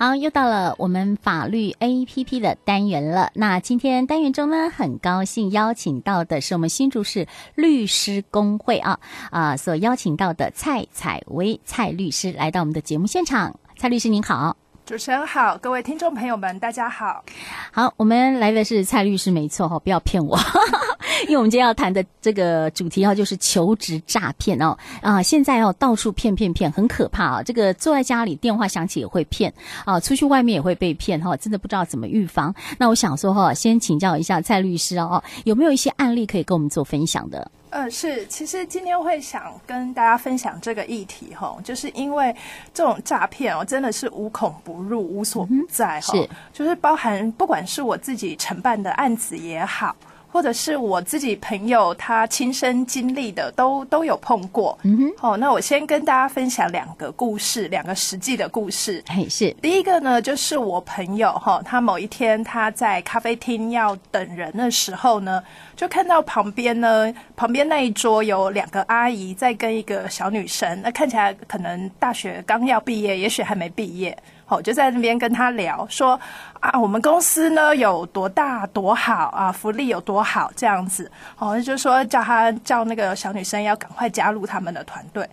好，又到了我们法律 A P P 的单元了。那今天单元中呢，很高兴邀请到的是我们新竹市律师工会啊啊、所邀请到的蔡采薇蔡律师来到我们的节目现场。蔡律师您好，主持人好，各位听众朋友们，大家好。好，我们来的是蔡律师，没错哈、不要骗我， 因为我们今天要谈的这个主题啊，就是求职诈骗哦啊，现在哦到处骗骗骗，很可怕啊。这个坐在家里电话响起也会骗啊，出去外面也会被骗哈、真的不知道怎么预防。那我想说哈、先请教一下蔡律师哦，有没有一些案例可以跟我们做分享的？呃，是，其实今天会想跟大家分享这个议题哈，就是因为这种诈骗哦，真的是无孔不入、无所不在哈、是嗯就是包含不管是我自己承办的案子也好。或者是我自己朋友他亲身经历的都都有碰过，嗯哼，哦，那我先跟大家分享两个故事，两个实际的故事。嘿，是第一个呢，就是我朋友哈，他某一天他在咖啡厅要等人的时候呢，就看到旁边呢，旁边那一桌有两个阿姨在跟一个小女生，那看起来可能大学刚要毕业，也许还没毕业。好，就在那边跟她聊说啊，我们公司呢有多大多好啊，福利有多好这样子。哦，就说叫她叫那个小女生要赶快加入他们的团队。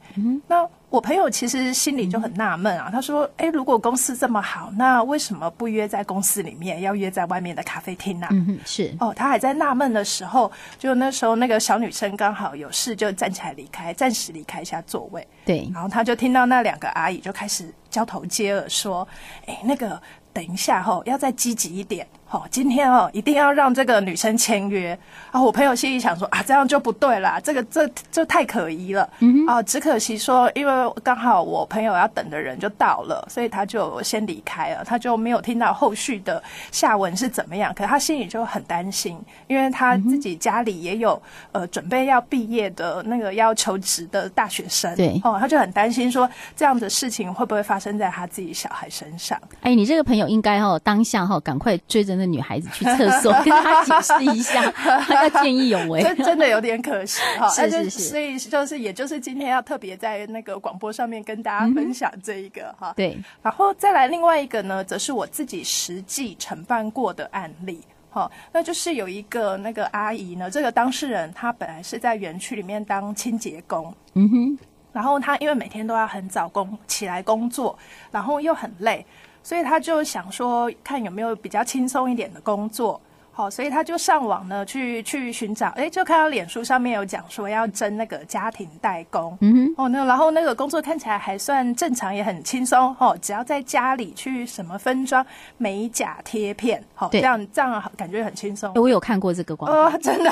那我朋友其实心里就很纳闷啊，他说：“诶，如果公司这么好，那为什么不约在公司里面，要约在外面的咖啡厅呢、嗯哼是哦，他还在纳闷的时候，就那时候那个小女生刚好有事，就站起来离开，暂时离开一下座位。对然后他就听到那两个阿姨就开始交头接耳说：“哎，那个等一下吼、要再积极一点吼、今天哦一定要让这个女生签约。”啊，我朋友心里想说啊，这样就不对啦，这个这这太可疑了。嗯啊，只可惜说，因为刚好我朋友要等的人就到了，所以他就先离开了，他就没有听到后续的下文是怎么样。可他心里就很担心，因为他自己家里也有呃准备要毕业的那个要求职的大学生，对哦，他就很担心说这样的事情会不会发生在他自己小孩身上。哎，你这个朋友应该哦，当下哈、赶快追着那女孩子去厕所，跟她解释一下， 要见义勇为。，这 真的有点可 惜哈是但就是是所以就是也就是今天要特别在那个广播上面跟大家分享这一个哈，对，然后再来另外一个呢，则是我自己实际承办过的案例。好、那就是有一个那个阿姨呢，这个当事人她本来是在园区里面当清洁工，嗯哼，然后她因为每天都要很早工起来工作，然后又很累，所以她就想说看有没有比较轻松一点的工作。好、所以她就上网呢去去寻找，诶，就看到脸书上面有讲说要争那个家庭代工，嗯哼。哦，那然后那个工作看起来还算正常，也很轻松哦，只要在家里去什么分装美甲贴片，好、哦，对这样这样感觉很轻松欸。我有看过这个广告，哦， 真的？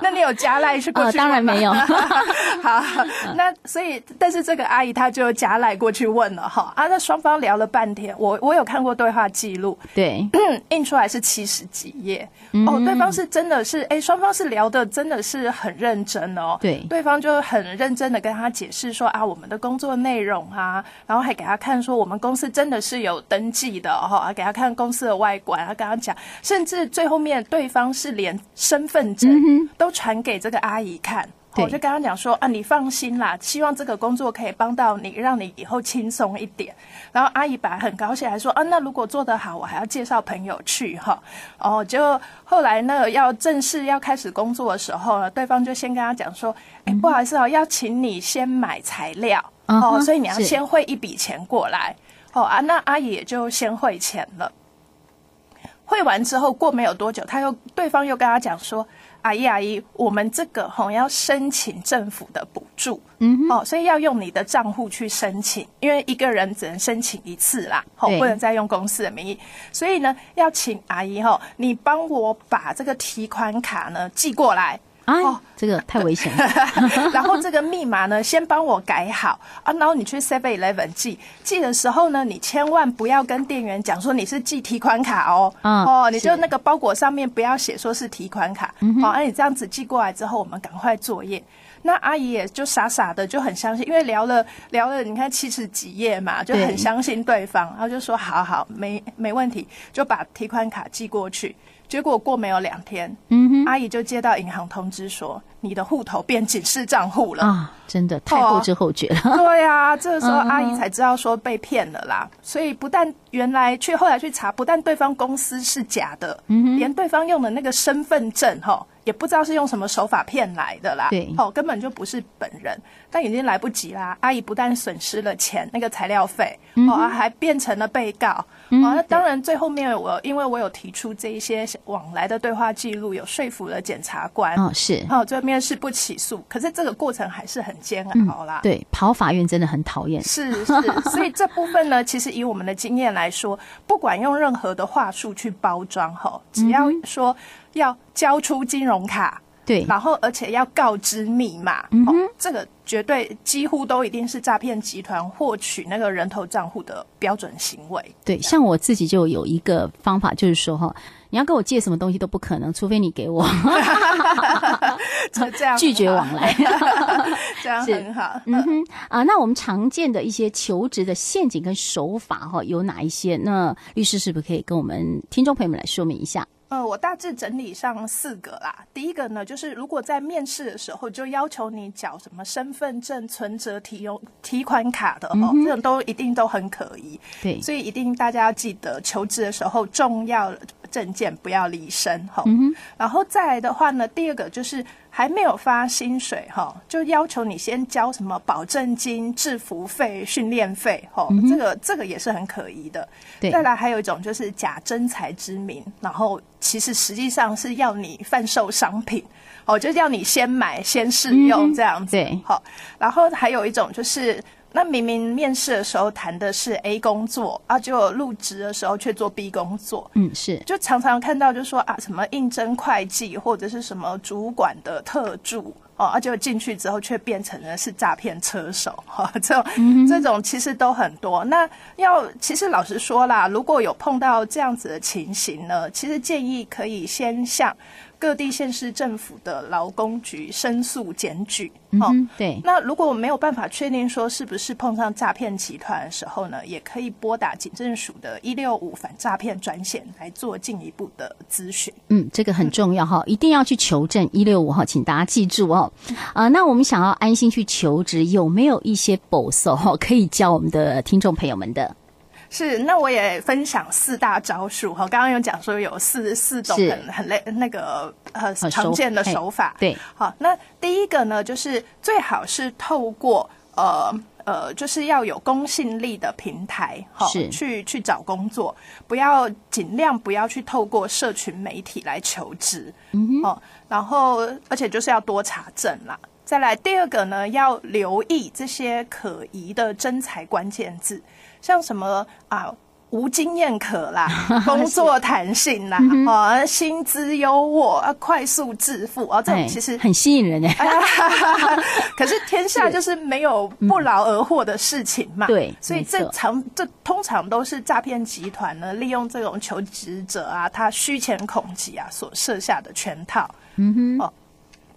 那你有加赖去过呃，去问当吗、然没有， 嗯好，那所以，但是这个阿姨她就加赖过去问了哈啊，那双方聊了半天，我我有看过对话记录，嗯对，嗯印出来是七十几页、呃哦，对方是真的是，哎，双方是聊的真的是很认真哦，对对方就很认真的跟他解释说啊，我们的工作内容啊，然后还给他看说我们公司真的是有登记的哈、哦，啊给他看公司的外观，啊跟他讲，甚至最后面对方是连身份证都传给这个阿姨看。对我就跟他讲说啊，你放心啦，希望这个工作可以帮到你，让你以后轻松一点。然后阿姨本来很高兴，还说啊，那如果做得好，我还要介绍朋友去哈。哦，就后来那个要正式要开始工作的时候呢，对方就先跟他讲说，哎、不好意思哦，要请你先买材料、嗯哼哦，所以你要是先汇一笔钱过来哦啊，那阿姨也就先汇钱了。汇完之后，过没有多久，他又对方又跟他讲说：“阿姨，阿姨，我们这个吼要申请政府的补助，嗯，哦，所以要用你的账户去申请，因为一个人只能申请一次啦，吼，对不能再用公司的名义，所以呢，要请阿姨吼，你帮我把这个提款卡呢寄过来，哎哦，这个太危险了， 然后这个密码呢，先帮我改好啊，然后你去 Seven Eleven 寄，寄的时候呢，你千万不要跟店员讲说你是寄提款卡哦，嗯哦，你是嗯就那个哦包裹上面不要写说是提款卡，好、啊，你这样子寄过来之后，我们赶快作业。那阿姨也就傻傻的就很相信，因为聊了聊了，你看七十几页嘛，就很相信对方，然后就说好好，没没问题，就把提款卡寄过去。结果过没有两天，嗯哼，阿姨就接到银行通知说，你的户头变警示账户了。啊，真的哦太后知后觉了。 对啊，这个时候嗯哼阿姨才知道说被骗了啦。所以不但原来去后来去查，不但对方公司是假的，嗯连对方用的那个身份证哈，也不知道是用什么手法骗来的啦。对哦，根本就不是本人，但已经来不及啦。阿姨不但损失了钱，那个材料费，嗯哦，啊还变成了被告。哦，那当然，最后面我因为我有提出这一些往来的对话记录，有说服了检察官。哦，是，哦，最后面是不起诉，可是这个过程还是很煎熬啦。嗯对，跑法院真的很讨厌。啊是是，所以这部分呢，其实以我们的经验来说，不管用任何的话术去包装吼，只要说要交出金融卡，嗯对，嗯然后而且要告知密码，哦，这个绝对几乎都一定是诈骗集团获取那个人头账户的标准行为。 对，像我自己就有一个方法，就是说哈，你要跟我借什么东西都不可能，除非你给我啊这这样 拒绝很往，好 来。这样是很好。嗯哼啊，那我们常见的一些求职的陷阱跟手法哈，有哪一些？那律师是不是可以跟我们听众朋友们来说明一下？呃，我大致整理上四个啦。第一个呢，就是如果在面试的时候就要求你缴什么身份证、存折、提用提款卡的哦，这种都一定都很可疑，对，所以一定大家要记得，求职的时候重要证件不要离身哈。嗯然后再来的话呢，第二个就是还没有发薪水哈、就要求你先交什么保证金、制服费、训练费哈、这个这个也是很可疑的。嗯对再来还有一种就是假真才之名，然后其实实际上是要你贩售商品，哦，就是要你先买先试嗯用这样子。对好、然后还有一种就是。那明明面试的时候谈的是 A 工作啊，结果入职的时候却做 B 工作，嗯，是，就常常看到就说啊，什么应征会计或者是什么主管的特助哦，而、啊、且进去之后却变成了是诈骗车手 哈、这种、这种其实都很多。那要其实老实说啦，如果有碰到这样子的情形呢，其实建议可以先向各地县市政府的劳工局申诉检举哦。嗯，对，那如果我没有办法确定说是不是碰上诈骗集团的时候呢，也可以拨打警政署的一六五反诈骗专线来做进一步的咨询。嗯，这个很重要哈，一定要去求证一六五哈，请大家记住哦。啊、那我们想要安心去求职，有没有一些 boss 哈可以教我们的听众朋友们的？是，那我也分享四大招数哈。刚刚有讲说有四四种是很很类那个呃手常见的嘿手法。对，好，那第一个呢，就是最好是透过呃呃，就是要有公信力的平台，好、是去去找工作，不要尽量不要去透过社群媒体来求职，嗯哦，然后而且就是要多查证啦。再来第二个呢，要留意这些可疑的真才关键字，像什么啊。无经验 可啦，工作弹性嗯啦，哦，薪资优渥啊，快速致富啊，这种哎其实 很吸引人哎，可是天下就是没有不劳而获的事情嘛，对没所以这错常这通常都是诈骗集团呢利用这种求职者啊，他虚钱恐己啊所设下的圈套。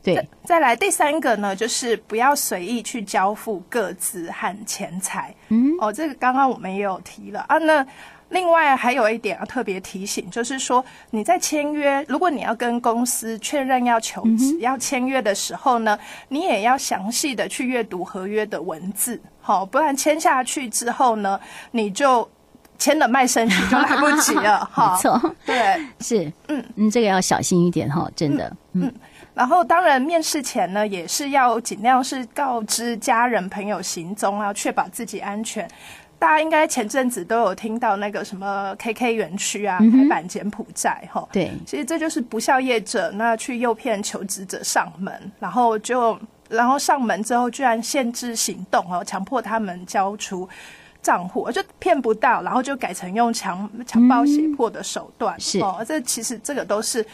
对，再来第三个呢，就是不要随意去交付各自和钱财。嗯，哦，这个刚刚我们也有提了啊。那另外还有一点要特别提醒，就是说你在签约，如果你要跟公司确认要求嗯职、要签约的时候呢，你也要详细的去阅读合约的文字，好、不然签下去之后呢，你就签了卖身契就来不及了， 没哈、错，对。是，嗯嗯，这个要小心一点哈，真的，嗯，然后，当然面试前呢，也是要尽量是告知家人朋友行踪啊，确保自己安全。大家应该前阵子都有听到那个什么 KK 园区啊，台版柬埔寨哈，吼对，其实这就是不孝业者那去诱骗求职者上门，然后就然后上门之后居然限制行动哦，强迫他们交出账户，就骗不到，然后就改成用强强暴胁迫的手段、是哦，这其实这个都是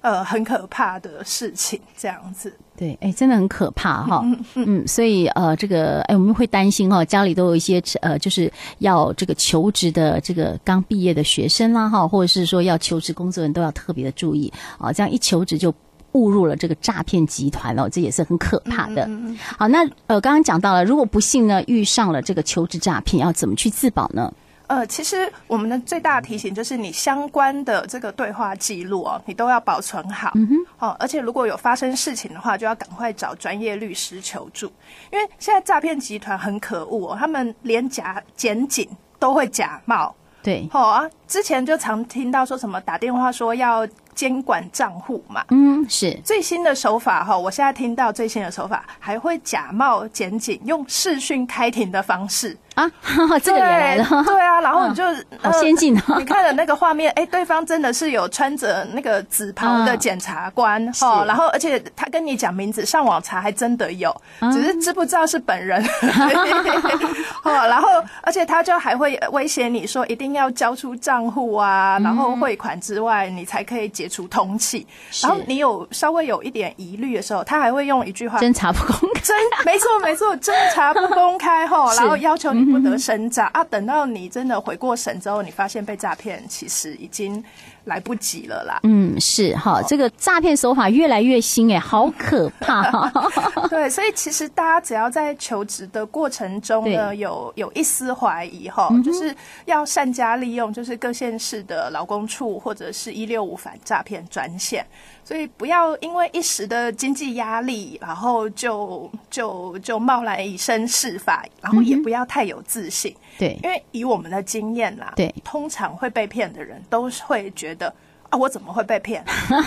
呃很可怕的事情，这样子。对，哎，真的很可怕哈、嗯，所以呃，这个哎，我们会担心哦，家里都有一些呃，就是要这个求职的这个刚哦毕业的学生啦哈，或者是说要求职工作人都要特别的注意啊，这样一求职就。误入了这个诈骗集团哦，这也是很可怕的。嗯好，那呃，刚刚讲到了，如果不幸呢遇上了这个求职诈骗，要怎么去自保呢？呃，其实我们的最大的提醒就是，你相关的这个对话记录哦，你都要保存好。嗯哼。哦，而且如果有发生事情的话，就要赶快找专业律师求助，因为现在诈骗集团很可恶哦，他们连假检警都会假冒。对，哦啊，之前就常听到说什么打电话说要监管账户嘛。嗯，是最新的手法哈、哦，我现在听到最新的手法还会假冒检警，用视讯开庭的方式。啊， 哈哈这个也来了，嗯对对啊，然后你就、好先进哦你看了那个画面，哎，对方真的是有穿着那个紫袍的检察官哦嗯是，然后而且他跟你讲名字，上网查还真的有，嗯只是知不知道是本人 哦，然后而且他就还会威胁你说一定要交出账户啊，然后嗯汇款之外你才可以解除通气， 是然后你有稍微有一点疑虑的时候，他还会用一句话侦查不公开。侦 没错没错，侦查不公开后，是。然后要求你不得伸张啊。等到你真的回过神之后，你发现被诈骗，其实已经来不及了啦 嗯，是哈，这个诈骗手法越来越新哎，好可怕 哈！对，所以其实大家只要在求职的过程中呢，对嗯有有一丝怀疑哈，就是要善加利用，就是各县市的劳工处或者是一六五反诈骗专线。所以不要因为一时的经济压力，然后就就就贸然以身试法，然嗯后也不要太有自信。对，因为以我们的经验啦，对通常会被骗的人都是会觉得。啊，我怎么会被骗？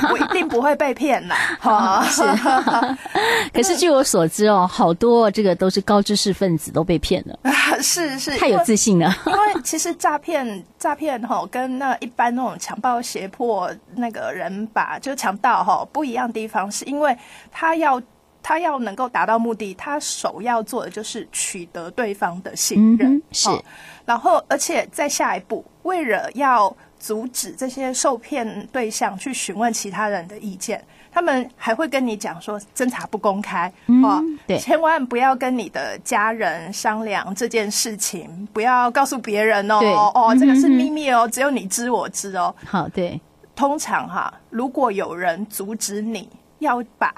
我一定不会被骗 啦！哦哈，是，可是据我所知哦，好多这个都是高知识分子都被骗了， 是是，太因有为自信了。因为其实诈骗诈骗吼，跟那一般那种强暴胁迫那个人吧，就强盗吼不一样的地方，是因为他要他要能够达到目的，他首要做的就是取得对方的嗯信任，哼，是哦然后，而且在下一步，为了要阻止这些受骗对象去询问其他人的意见，他们还会跟你讲说侦查不公开、哦，嗯对千万不要跟你的家人商量这件事情，不要告诉别人哦对，哦，这个是嗯哼秘密哦，只有你知我知哦。好对，通常哈、如果有人阻止你要把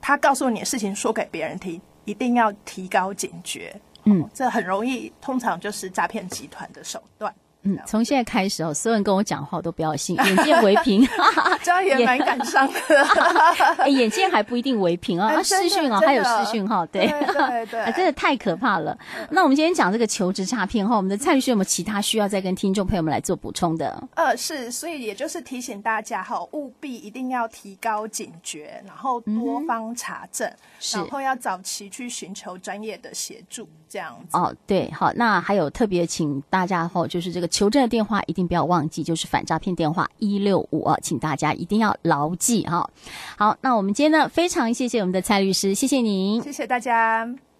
他告诉你的事情说给别人听，一定要提高警觉。嗯哦这很容易，通常就是诈骗集团的手段。嗯，从现在开始哦，所有人跟我讲话我都不要信，眼见为 凭。这样也蛮感伤 的。哎，眼见还不一定为凭啊，哎啊，真视的讯哦，真的还有视讯哈，对。 对嗯对啊，真的太可怕了。那我们今天讲这个求职诈骗哈，我们的蔡律师有没有其他需要再跟听众朋友们来做补充的？呃，是，所以也就是提醒大家哈，务必一定要提高警觉，然后多方查证，嗯是然后要早期去寻求专业的协助，这样子。哦，对，好，那还有特别请大家哈，就是这个求证的电话一定不要忘记，就是反诈骗电话一六五啊，请大家一定要牢记哈。好，那我们今天呢非常谢谢我们的蔡律师，谢谢您。谢谢大家。